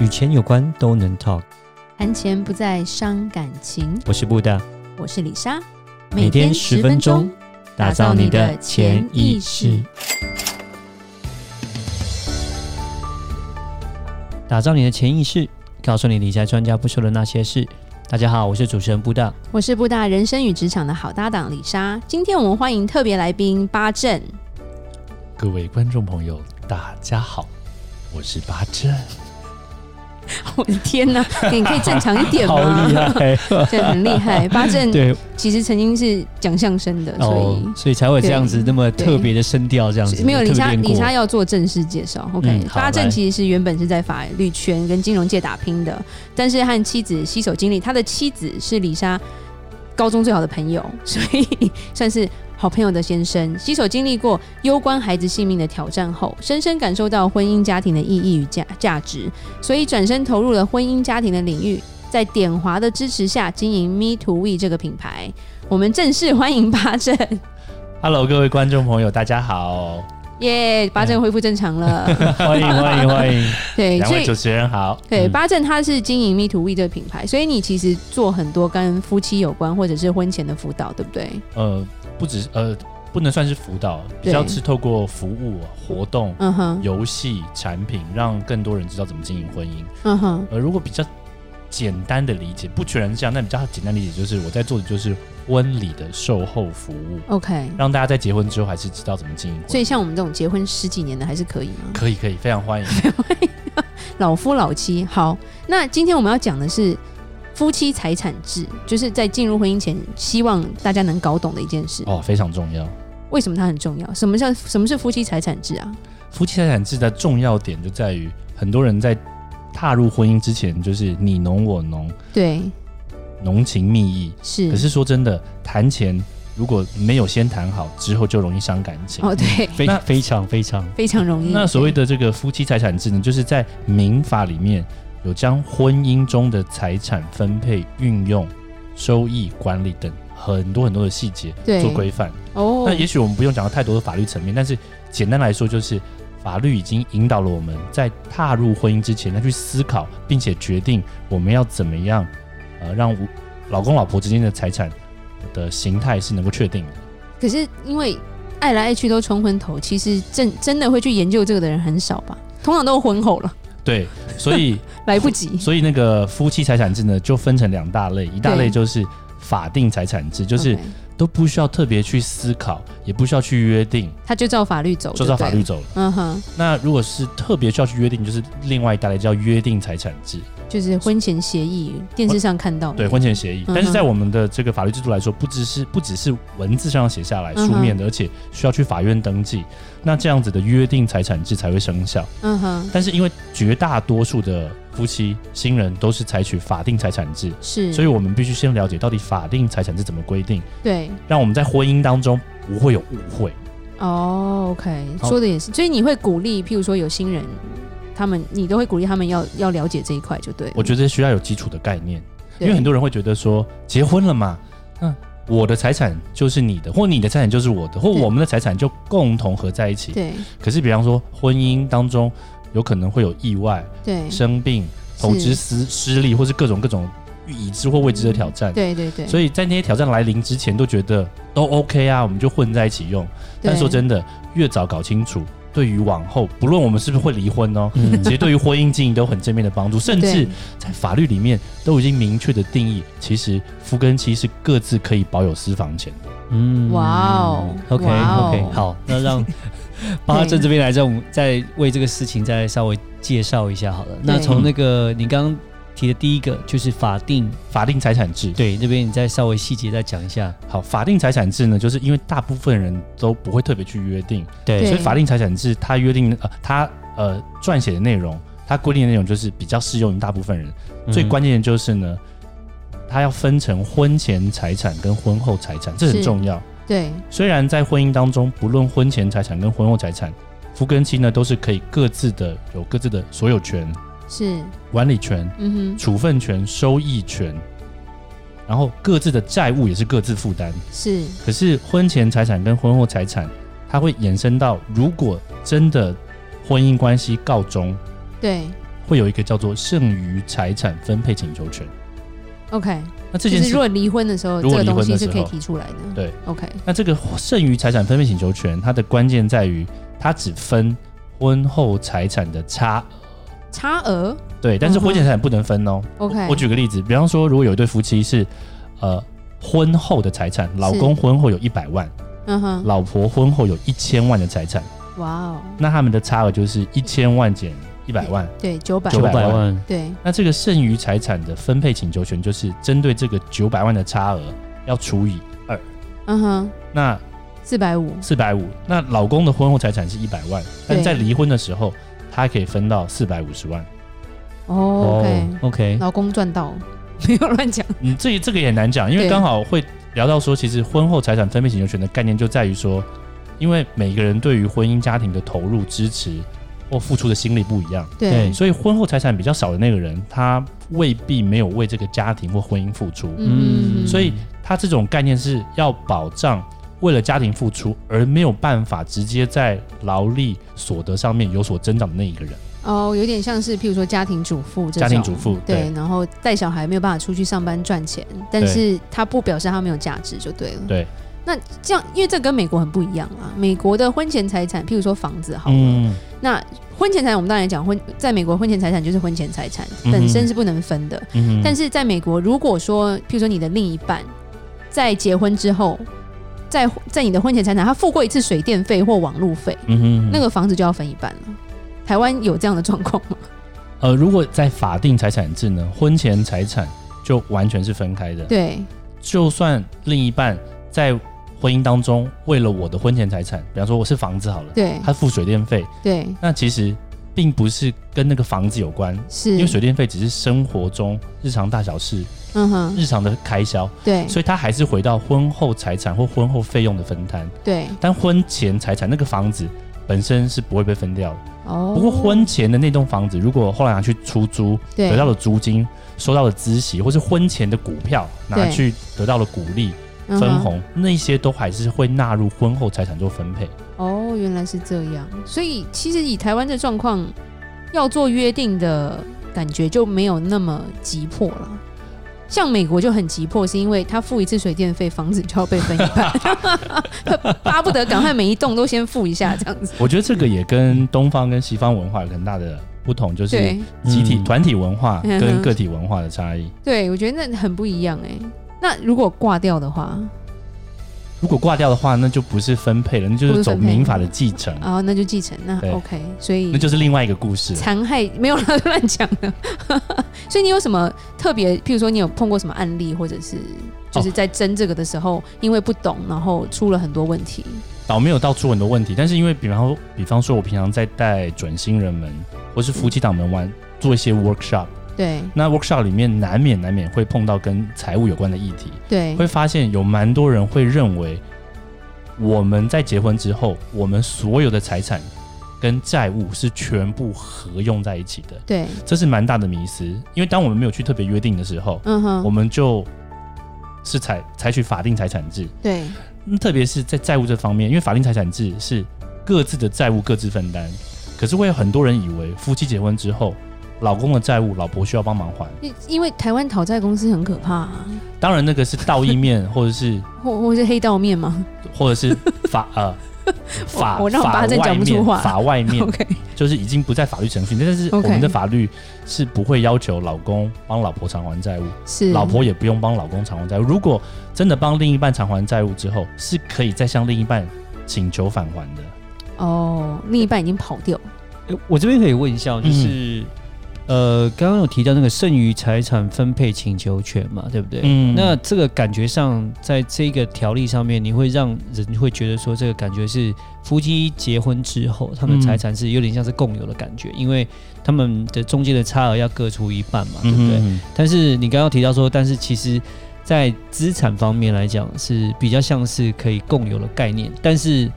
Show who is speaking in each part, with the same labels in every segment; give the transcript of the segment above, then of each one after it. Speaker 1: 与钱有关都能 talk。
Speaker 2: 谈钱不再伤感情。
Speaker 1: 我是布大，
Speaker 2: 我是李莎，
Speaker 1: 每天十分钟，打造你的潜意识，打造你的潜意识，告诉你理财专家不说的那些事。大家好，我是主持人布大。
Speaker 2: 我是布大人生与职场的好搭档李莎。今天我们欢迎特别来宾八正。
Speaker 3: 各位观众朋友，大家好，我是八珍。
Speaker 2: 我的天哪，你可以正常一点吗？
Speaker 1: 好厉 害，
Speaker 2: 这很厉害。八正
Speaker 1: 对
Speaker 2: 其实曾经是讲相声的，所以。
Speaker 1: 哦，所以才会有这样子那么特别的声调，这样子
Speaker 2: 没有李莎，
Speaker 1: 特别
Speaker 2: 李
Speaker 1: 练过
Speaker 2: 莎要做正式介绍。OK，、
Speaker 1: 嗯好
Speaker 2: 八正
Speaker 1: 来
Speaker 2: 其实是原本是在法律圈跟金融界打拼的，但是和妻子携手经历，他的妻子是李莎高中最好的朋友，所以 算是好朋友的先生。携手经历过攸关孩子性命的挑战后，深深感受到婚姻家庭的意义与价价值，所以转身投入了婚姻家庭的领域。在点华的支持下，经营 Me to We 这个品牌，我们正式欢迎八正，
Speaker 3: Hello，各位观众朋友，大家 好，
Speaker 2: 耶、八正恢复正常了。
Speaker 1: 欢迎欢迎欢 迎，
Speaker 2: 对，
Speaker 3: 两
Speaker 2: 所
Speaker 3: 位
Speaker 2: 以
Speaker 3: 主持人好。
Speaker 2: 对
Speaker 1: 嗯
Speaker 2: 八正他是经营 Me to We 这个品牌，所以你其实做很多跟夫妻有关或者是婚前的辅导，对不对？
Speaker 3: 呃，不只是呃，不能算是辅导，比较是透过服务、啊活动、
Speaker 2: 嗯哼，
Speaker 3: 游戏、产品，让更多人知道怎么经营婚姻。
Speaker 2: 嗯哼，
Speaker 3: 呃，如果比较简单的理解，不全然是这样，但比较简单理解就是，我在做的就是婚礼的售后服务，
Speaker 2: ，OK。
Speaker 3: 让大家在结婚之后还是知道怎么经营婚姻。
Speaker 2: 所以像我们这种结婚十几年的还是可以 吗？
Speaker 3: 可以可以，非常 欢迎。
Speaker 2: 老夫老妻，好。那今天我们要讲的是夫妻财产制，就是在进入婚姻前，希望大家能搞懂的一件事。
Speaker 3: 哦，非常重要。
Speaker 2: 为什么它很重要？什么叫什么是夫妻财产制啊？
Speaker 3: 夫妻财产制的重要点就在于，很多人在踏入婚姻之前，就是你侬我侬，
Speaker 2: 对，
Speaker 3: 浓情蜜意。
Speaker 2: 是。
Speaker 3: 可是说真的，谈钱如果没有先谈好，之后就容易伤感情。
Speaker 2: 哦，嗯对，
Speaker 1: 非
Speaker 3: 那
Speaker 1: 非常非常
Speaker 2: 非常容易。
Speaker 3: 那所谓
Speaker 2: 对
Speaker 3: 的这个夫妻财产制呢，就是在民法里面有将婚姻中的财产分配、运用、收益管理等很多很多的细节
Speaker 2: 对
Speaker 3: 做规范。
Speaker 2: 哦
Speaker 3: 那，也许我们不用讲到太多的法律层面，但是简单来说，就是法律已经引导了我们在踏入婚姻之前，要去思考，并且决定我们要怎么样，呃，让我老公老婆之间的财产的形态是能够确定的。
Speaker 2: 可是因为爱来爱去都冲昏头，其实真真的会去研究这个的人很少吧？通常都昏吼了，
Speaker 3: 对，所 以
Speaker 2: 来不及。
Speaker 3: 所以那个夫妻财产制呢，就分成两大类，一大
Speaker 2: 对
Speaker 3: 类就是法定财产制，就是
Speaker 2: OK，
Speaker 3: 都不需要特别去思考，也不需要去约定，
Speaker 2: 他就照法律走，
Speaker 3: 就照法
Speaker 2: 对
Speaker 3: 律
Speaker 2: 了。
Speaker 3: 走了。
Speaker 2: 嗯哼，
Speaker 3: 那如果是特别需要去约定，就是另外一大类叫约定财产制。
Speaker 2: 就是婚前协议，电视上看到的
Speaker 3: 对婚前协议，
Speaker 2: 嗯哼
Speaker 3: 但是在我们的这个法律制度来说，不只是不只是文字上写下来
Speaker 2: 嗯哼
Speaker 3: 书面的，而且需要去法院登记，那这样子的约定财产制才会生效。
Speaker 2: 嗯哼，
Speaker 3: 但是因为绝大多数的夫妻新人都是采取法定财产制，
Speaker 2: 是，
Speaker 3: 所以我们必须先了解到底法定财产制怎么规定，
Speaker 2: 对，
Speaker 3: 让我们在婚姻当中不会有误会。
Speaker 2: 哦，OK，
Speaker 3: 好
Speaker 2: 说的也是。所以你会鼓励，譬如说有新人，他们你都会鼓励他们要要了解这一块，就对了。
Speaker 3: 我觉得需要有基础的概念，
Speaker 2: 对
Speaker 3: 因为很多人会觉得说结婚了嘛，那我的财产就是你的，或你的财产就是我的，或
Speaker 2: 对
Speaker 3: 我们的财产就共同合在一起。
Speaker 2: 对
Speaker 3: 可是，比方说婚姻当中有可能会有意外、
Speaker 2: 对
Speaker 3: 生病、投资
Speaker 2: 嗯是
Speaker 3: 失失利，或是各种各种已知或未知的挑战。
Speaker 2: 对对对，
Speaker 3: 所以在那些挑战来临之前，都觉得都 OK 啊，我们就混在一起用。但说真的，越早搞清楚，对于往后，不论我们是不是会离婚哦，
Speaker 1: 嗯
Speaker 3: 其实对于婚姻经营都很正面的帮助，甚
Speaker 2: 对
Speaker 3: 至在法律里面都已经明确的定义，其实夫跟妻是各自可以保有私房钱的。
Speaker 1: 嗯
Speaker 2: 哇哦
Speaker 1: ，OK
Speaker 2: 哇哦
Speaker 1: OK，好，那 让八正这边来让我们再为这个事情再稍微介绍一下好了。那
Speaker 2: 对
Speaker 1: 从那个你刚刚提的第一个就是法定，
Speaker 3: 法定财产制，
Speaker 1: 对，那边你再稍微细节再讲一下。
Speaker 3: 好，法定财产制呢，就是因为大部分人都不会特别去约定，
Speaker 1: 对
Speaker 2: 对
Speaker 3: 所以法定财产制它约定呃，它呃撰写的内容，它规定的内容就是比较适用于大部分人。
Speaker 1: 嗯
Speaker 2: 嗯
Speaker 3: 最关键的就是呢，它要分成婚前财产跟婚后财产，这很
Speaker 2: 是
Speaker 3: 重要。
Speaker 2: 对
Speaker 3: 虽然在婚姻当中，不论婚前财产跟婚后财产，夫跟妻呢都是可以各自的有各自的所有权、
Speaker 2: 是，
Speaker 3: 管理权、
Speaker 2: 嗯哼，
Speaker 3: 处分权、收益权，然后各自的债务也是各自负担。
Speaker 2: 是
Speaker 3: 可是婚前财产跟婚后财产，它会衍生到如果真的婚姻关系告终，
Speaker 2: 对
Speaker 3: 会有一个叫做剩余财产分配请求权。
Speaker 2: OK，
Speaker 3: 那这
Speaker 2: 就
Speaker 3: 件
Speaker 2: 是如
Speaker 3: 事，
Speaker 2: 果离婚的时候，
Speaker 3: 如
Speaker 2: 这
Speaker 3: 果
Speaker 2: 个
Speaker 3: 离婚
Speaker 2: 东
Speaker 3: 的
Speaker 2: 西是
Speaker 3: 时
Speaker 2: 可以
Speaker 3: 候
Speaker 2: 提出来的。
Speaker 3: 对
Speaker 2: ，OK，
Speaker 3: 那这个剩余财产分配请求权，它的关键在于它只分婚后财产的差
Speaker 2: 差额
Speaker 3: 额，对，但是
Speaker 2: 嗯哼
Speaker 3: 婚前财产不能分哦。
Speaker 2: OK
Speaker 3: 我我举个例子，比方说，如果有一对夫妻是呃婚后的财产，老公婚后有一百万，
Speaker 2: 嗯哼，
Speaker 3: 老婆婚后有一千万的财产，
Speaker 2: 哇哦，
Speaker 3: 那他们的差额就是一千万减一百万。
Speaker 2: 对，九百，
Speaker 1: 九
Speaker 3: 900
Speaker 1: 百
Speaker 3: 万
Speaker 1: 万，
Speaker 2: 对，
Speaker 3: 那这个剩余财产的分配请求权，就是针对这个九百万的差额要除以
Speaker 2: 嗯哼，
Speaker 3: 那
Speaker 2: 四百五，
Speaker 3: 四百五。那老公的婚后财产是一百万，但在离婚的时候，他可以分到四百五十万。
Speaker 2: 哦，OK，
Speaker 1: OK，
Speaker 2: 老公赚到， 没有乱讲，
Speaker 3: 嗯，这这个也难讲，因为
Speaker 2: 对
Speaker 3: 刚好会聊到说，其实婚后财产分配请求权的概念就在于说，因为每个人对于婚姻家庭的投入、支持或付出的心力不一样，
Speaker 2: 对
Speaker 1: 对，
Speaker 3: 所以婚后财产比较少的那个人，他未必没有为这个家庭或婚姻付出，
Speaker 2: 嗯，
Speaker 3: 所以他这种概念是要保障。为了家庭付出而没有办法直接在劳力所得上面有所增长的那一个人，
Speaker 2: 哦，有点像是譬如说家庭主妇这种，
Speaker 3: 家庭主妇
Speaker 2: 对，
Speaker 3: 对
Speaker 2: 然后带小孩没有办法出去上班赚钱，但是他不表示他没有价值就对了。
Speaker 3: 对，
Speaker 2: 那这样，因为这跟美国很不一样啊。美国的婚前财产，譬如说房子好了，
Speaker 3: 嗯，
Speaker 2: 那婚前财产我们当然讲婚，在美国婚前财产就是婚前财产，
Speaker 3: 嗯哼
Speaker 2: 本身是不能分的。
Speaker 3: 嗯
Speaker 2: 但是在美国，如果说譬如说你的另一半在结婚之后，在在你的婚前财产他付过一次水电费或网路费，
Speaker 3: 嗯哼
Speaker 2: 那个房子就要分一半了。台湾有这样的状况吗？
Speaker 3: 呃，如果在法定财产制呢，婚前财产就完全是分开的。
Speaker 2: 对，
Speaker 3: 就算另一半在婚姻当中为了我的婚前财产，比方说我是房子好了，
Speaker 2: 对
Speaker 3: 他付水电费，
Speaker 2: 对，
Speaker 3: 那其实并不是跟那个房子有关，
Speaker 2: 是
Speaker 3: 因为水电费只是生活中日常大小事、
Speaker 2: 嗯哼，
Speaker 3: 日常的开销，
Speaker 2: 对
Speaker 3: 所以他还是回到婚后财产或婚后费用的分摊。
Speaker 2: 对
Speaker 3: 但婚前财产那个房子本身是不会被分掉的。
Speaker 2: 哦。
Speaker 3: 不过婚前的那栋房子，如果后来拿去出租，
Speaker 2: 对
Speaker 3: 得到了租金，收到了孳息，或是婚前的股票拿
Speaker 2: 对
Speaker 3: 去得到了股利、
Speaker 2: 嗯哼
Speaker 3: 分红，那些都还是会纳入婚后财产做分配。
Speaker 2: 哦，原来是这样。所以其实以台湾这状况，要做约定的感觉就没有那么急迫了。像美国就很急迫，是因为他付一次水电费，房子就要被分一半， 巴不得赶快每一栋都先付一下这样子。
Speaker 3: 我觉得这个也跟东方跟西方文化有很大的不同，就是
Speaker 2: 对
Speaker 3: 集体、
Speaker 1: 嗯
Speaker 3: 团体文化
Speaker 2: 嗯哼
Speaker 3: 跟个体文化的差异。
Speaker 2: 对，我觉得那很不一样哎、那如果挂掉的话，
Speaker 3: 如果挂掉的话，那就不是分配了，那就
Speaker 2: 不
Speaker 3: 是
Speaker 2: 是
Speaker 3: 走
Speaker 2: 分配
Speaker 3: 民法的继承，
Speaker 2: 哦，那就继承，那
Speaker 3: 对
Speaker 2: OK。所以
Speaker 3: 那就是另外一个故事了。
Speaker 2: 残害 没有啦乱讲的。 所以你有什么特别？譬如说，你有碰过什么案例，或者是
Speaker 3: 哦
Speaker 2: 就是在争这个的时候，因为不懂，然后出了很多问题。
Speaker 3: 倒没有到出很多问题，但是因为比方比方说，我平常在带准新人们或是夫妻档们玩做一些 workshop，
Speaker 2: 对
Speaker 3: 那 workshop 里面难免难免会碰到跟财务有关的议题，
Speaker 2: 对
Speaker 3: 会发现有蛮多人会认为我们在结婚之后，我们所有的财产跟债务是全部合用在一起的，
Speaker 2: 对，
Speaker 3: 这是蛮大的迷思。因为当我们没有去特别约定的时候，
Speaker 2: 嗯
Speaker 3: 我
Speaker 2: 哼，
Speaker 3: 们就是采采取法定财产制，
Speaker 2: 对
Speaker 3: 嗯特别是在债务这方面，因为法定财产制是各自的债务各自分担，可是会有很多人以为夫妻结婚之后，老公的债务老婆需要帮忙还。
Speaker 2: 因因为台湾讨债公司很可怕、啊，
Speaker 3: 当然，那个是道义面，或者是
Speaker 2: 或或是黑道面嘛。
Speaker 3: 或者是法呃法
Speaker 2: 我我让我
Speaker 3: 法
Speaker 2: 爸真
Speaker 3: 外
Speaker 2: 讲不出
Speaker 3: 面
Speaker 2: 话
Speaker 3: 法外面
Speaker 2: OK，
Speaker 3: 就是已经不在法律程序，但是我
Speaker 2: OK
Speaker 3: 们的法律是不会要求老公帮老婆偿还债务，
Speaker 2: 是
Speaker 3: 老婆也不用帮老公偿还债务。如果真的帮另一半偿还债务之后，是可以再向另一半请求返还的。
Speaker 2: 哦，另一半已经跑掉。
Speaker 1: 诶我这边可以问一下哦，就是、呃，刚刚有提到那个剩余财产分配请求权嘛，对不对？
Speaker 3: 嗯
Speaker 1: 那这个感觉上，在这个条例上面，你会让人会觉得说，这个感觉是夫妻结婚之后，他
Speaker 3: 嗯
Speaker 1: 们的财产是有点像是共有的感觉，因为他们的中间的差额要各出一半嘛，对不对？
Speaker 3: 嗯
Speaker 1: 但是你刚刚提到说，但是其实，在资产方面来讲是比较像是可以共有的概念，但是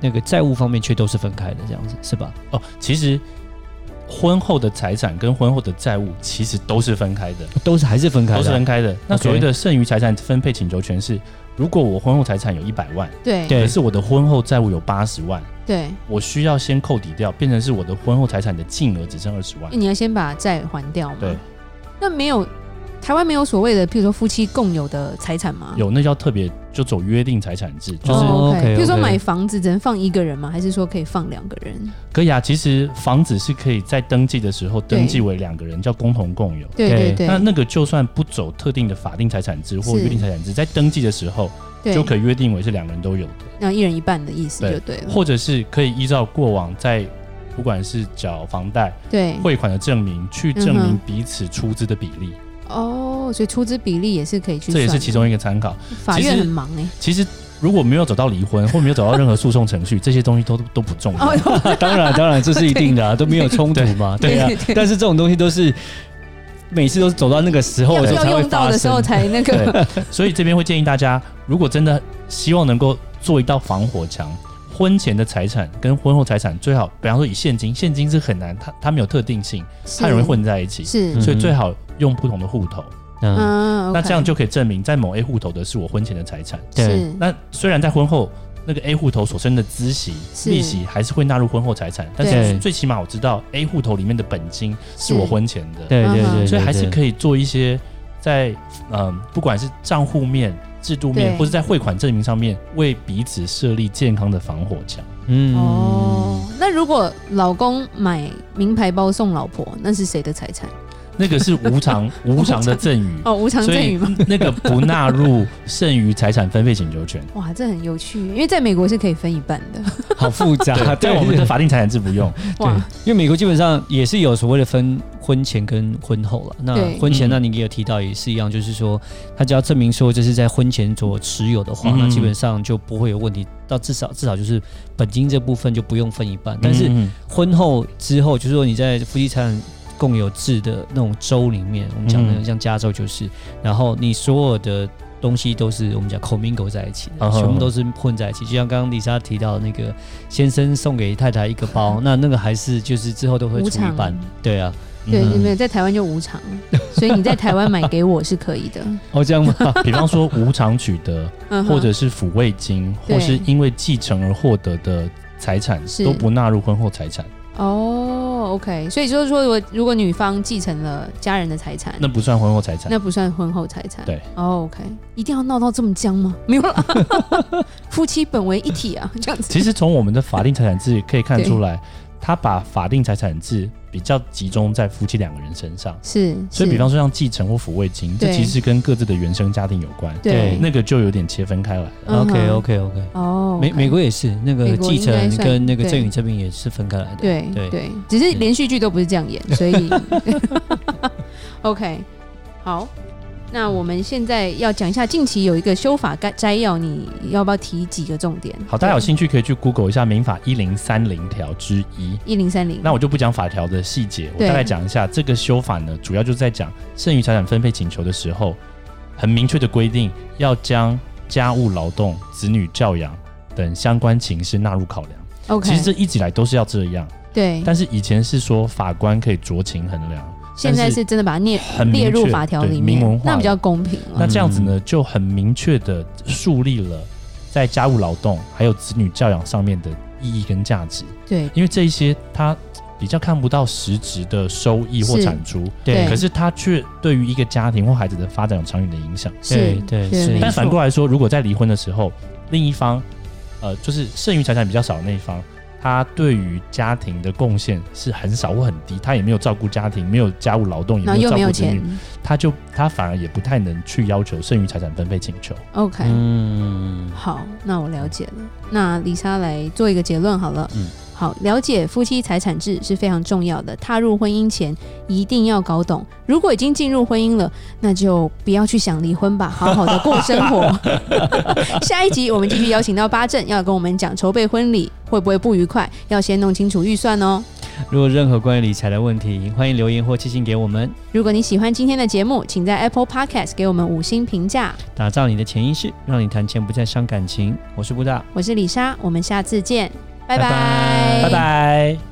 Speaker 1: 那个债务方面却都是分开的，这样子是吧？
Speaker 3: 哦，其实婚后的财产跟婚后的债务其实都是分开的，
Speaker 1: 都是还是分开的啊、
Speaker 3: 都是分开的。那所谓的剩余财产分配请求权是，如果我婚后财产有一百万，
Speaker 2: 对
Speaker 1: 对
Speaker 3: 可是我的婚后债务有八十万，
Speaker 2: 对，
Speaker 3: 我需要先扣抵掉，变成是我的婚后财产的净额只剩二十万。
Speaker 2: 你要先把债还掉嘛。
Speaker 3: 对，
Speaker 2: 那没有台湾没有所谓的，譬如说夫妻共有的财产吗？
Speaker 3: 有那叫特别就走约定财产制，就是
Speaker 1: 哦
Speaker 2: o
Speaker 1: OK，OK
Speaker 2: 比如说买房子只能放一个人吗？还是说可以放两个人？
Speaker 3: 可以啊。其实房子是可以在登记的时候登记为两个人，叫共同共有。
Speaker 2: 对对
Speaker 1: 对
Speaker 2: 对，
Speaker 3: 那那个就算不走特定的法定财产制或
Speaker 2: 是
Speaker 3: 约定财产制，在登记的时候
Speaker 2: 对
Speaker 3: 就可以约定为是两个人都有的，
Speaker 2: 那一人一半的意思
Speaker 3: 对
Speaker 2: 就对了。
Speaker 3: 或者是可以依照过往在不管是缴房贷、
Speaker 2: 对，
Speaker 3: 汇款的证明去证
Speaker 2: 嗯
Speaker 3: 明
Speaker 2: 哼
Speaker 3: 彼此出资的比例，
Speaker 2: 哦，所以出资比例也是可以去算的，
Speaker 3: 这也是其中一个参考。
Speaker 2: 法
Speaker 3: 其
Speaker 2: 院
Speaker 3: 实
Speaker 2: 很忙哎、
Speaker 3: 其实如果没有走到离婚 或没有走到任何诉讼程序，这些东西都都不重 要。
Speaker 2: 哦，
Speaker 1: 当然当然这是一定 的啊，都没有冲突嘛，对啊
Speaker 2: 对对。
Speaker 1: 但是这种东西都是每次都是走到那个时候
Speaker 2: 要
Speaker 1: 的时候
Speaker 2: 要
Speaker 1: 才会
Speaker 2: 用到
Speaker 1: 发
Speaker 2: 的时候
Speaker 1: 生。
Speaker 2: 才那 个，
Speaker 3: 对，所以这边会建议大家，如果真的希望能够做一道防火墙，婚前的财产跟婚后财产最好，比方说以现金，现金是很难，它它没有特定性，
Speaker 2: 是
Speaker 3: 太容易混在一起，
Speaker 2: 是，
Speaker 1: 嗯
Speaker 3: 所以最好用不同的户头。
Speaker 1: 嗯，
Speaker 2: 嗯，
Speaker 3: 那
Speaker 2: OK
Speaker 3: 这样就可以证明，在某 A 户头的是我婚前的财产。
Speaker 1: 对，
Speaker 2: 是
Speaker 3: 那虽然在婚后那个 A 户头所生的孳息、
Speaker 2: 是
Speaker 3: 利息还是会纳入婚后财产，但
Speaker 1: 对
Speaker 3: 是最起码我知道 A 户头里面的本金是我婚前的，
Speaker 1: 对对对
Speaker 2: 嗯哼
Speaker 1: 对，
Speaker 3: 所以还是
Speaker 1: 对
Speaker 3: 可以做一些在嗯、不管是账户面、制度面，
Speaker 2: 对
Speaker 3: 或是在汇款证明上面，为彼此设立健康的防火墙。
Speaker 1: 嗯
Speaker 2: 哦，那如果老公买名牌包送老婆，那是谁的财产？
Speaker 3: 那个是无 偿无偿的赠与，
Speaker 2: 哦，无偿
Speaker 3: 所
Speaker 2: 赠与
Speaker 3: 以
Speaker 2: 吗？
Speaker 3: 那个不纳入剩余财产分配请求权。
Speaker 2: 哇，这很有趣，因为在美国是可以分一半的。
Speaker 1: 好复杂。
Speaker 3: 对，但我们的
Speaker 1: 对嗯
Speaker 3: 法定财产制不用。
Speaker 1: 对
Speaker 2: 哇，，
Speaker 1: 因为美国基本上也是有所谓的分婚前跟婚后了。那
Speaker 2: 对
Speaker 1: 婚前，
Speaker 3: 嗯
Speaker 1: 那你也有提到，也是一样，就是说，他只要证明说这是在婚前所持有的话，
Speaker 3: 嗯
Speaker 1: 那基本上就不会有问题。到至少至少就是本金这部分就不用分一半，但是
Speaker 3: 嗯
Speaker 1: 婚后之后，就是说你在夫妻财产共有制的那种州里面，我们讲的
Speaker 3: 嗯
Speaker 1: 像加州就是，然后你所有的。东西都是我们讲 commingle 在一起的，
Speaker 3: 嗯哼
Speaker 1: 全部都是混在一起。就像刚刚丽莎提到那个先生送给太太一个 包，那那个还是就是之后都会
Speaker 2: 无
Speaker 1: 出一
Speaker 2: 偿
Speaker 1: 半，对啊，
Speaker 2: 对，
Speaker 1: 嗯
Speaker 2: 没有在台湾就无偿，所以你在台湾买给我是可以 的。
Speaker 1: 哦这样吗？
Speaker 3: 比方说无偿取得，
Speaker 2: 嗯哼，
Speaker 3: 或者是抚慰金，
Speaker 2: 对
Speaker 3: 或是因为继承而获得的财产
Speaker 2: 是
Speaker 3: 都不纳入婚后财产，
Speaker 2: 哦，OK，所以就是说，如果如果女方继承了家人的财产，
Speaker 3: 那不算婚后财产
Speaker 2: 那。不算婚后财产。
Speaker 3: 对、
Speaker 2: o k 一定要闹到这么僵吗？ 没 有啦，夫妻本为一体啊，这样子。
Speaker 3: 其实从我们的法定财产制可以看出来，他把法定财产制比较集中在夫妻两个人身上，
Speaker 2: 是，
Speaker 3: 所以
Speaker 2: 是
Speaker 3: 比方说像继承或抚慰金，这
Speaker 2: 对
Speaker 3: 其实跟各自的原生家庭有关，
Speaker 2: 对
Speaker 3: 那个就有点切分开来了。
Speaker 2: 嗯哼
Speaker 1: OK OK OK，
Speaker 2: 哦，
Speaker 1: 美
Speaker 2: OK
Speaker 1: 美国也是那
Speaker 2: 美
Speaker 1: 个
Speaker 2: 国
Speaker 1: 继
Speaker 2: 应该
Speaker 1: 承
Speaker 2: 算
Speaker 1: 跟那个
Speaker 2: 对
Speaker 1: 赠与证明也是分开来的。
Speaker 2: 对
Speaker 1: 对
Speaker 2: 对，只是
Speaker 3: 嗯
Speaker 2: 连续剧都不是这 样演，所以 OK 好。那我们现在要讲一下近期有一个修法概摘要，你要不要提几个重点？
Speaker 3: 好，大家有兴趣可以去 Google 一下民法一零三零条之一。
Speaker 2: 一零三零，
Speaker 3: 那我就不讲法条的细节，我
Speaker 2: 对
Speaker 3: 大概讲一下这个修法呢，主要就是在讲剩余财产分配请求的时候，很明确的规定要将家务劳动、子女教养等相关情事纳入考量。
Speaker 2: OK，
Speaker 3: 其实这一直以来都是要这样，
Speaker 2: 对，
Speaker 3: 但是以前是说法官可以酌情衡量，
Speaker 2: 现在是真的把它列
Speaker 3: 很明确
Speaker 2: 列入法条
Speaker 3: 对
Speaker 2: 里
Speaker 3: 明文
Speaker 2: 面，
Speaker 3: 化
Speaker 2: 那比较
Speaker 3: 了
Speaker 2: 公平了
Speaker 3: 那。这样子
Speaker 2: 嗯
Speaker 3: 呢，就很明确的树立了在家务劳动还有子女教养上面的意义跟价值，
Speaker 2: 对
Speaker 3: 因为这一些它比较看不到实质的收益或
Speaker 2: 是
Speaker 3: 产出，
Speaker 2: 对
Speaker 3: 可是它却对于一个家庭或孩子的发展有长远的影响。
Speaker 2: 是
Speaker 1: 对
Speaker 2: 对
Speaker 1: 是
Speaker 2: 没
Speaker 3: 但
Speaker 2: 错
Speaker 3: 反过来说，如果在离婚的时候，另一方，呃，就是剩余财产比较少的那一方，他对于家庭的贡献是很少或很低，他也没有照顾家庭，没有家务劳动，也
Speaker 2: 然
Speaker 3: 没有
Speaker 2: 后又
Speaker 3: 照
Speaker 2: 没有
Speaker 3: 顾子
Speaker 2: 钱
Speaker 3: 女，他就他反而也不太能去要求剩余财产分配请求。
Speaker 2: ，OK，
Speaker 1: 嗯，
Speaker 2: 好，那我了解了。那李莎来做一个结论好了。
Speaker 1: 嗯
Speaker 2: 好，了解夫妻财产制是非常重要的。踏入婚姻前一定要搞懂。如果已经进入婚姻了，那就不要去想离婚吧，好好的过生 活。下一集我们继续邀请到八正，要跟我们讲筹备婚礼会不会不愉快，要先弄清楚预算哦。
Speaker 1: 如果任何关于理财的问题，欢迎留言或寄信给我们，
Speaker 2: 如果你喜欢今天的节目，请在 Apple Podcast 给我们五星评价。
Speaker 1: 打造你的潜意识，让你谈钱不再伤感情。我是布大，
Speaker 2: 我是李莎，我们下次见，拜
Speaker 1: 拜
Speaker 2: 拜，
Speaker 1: 拜
Speaker 3: 拜拜。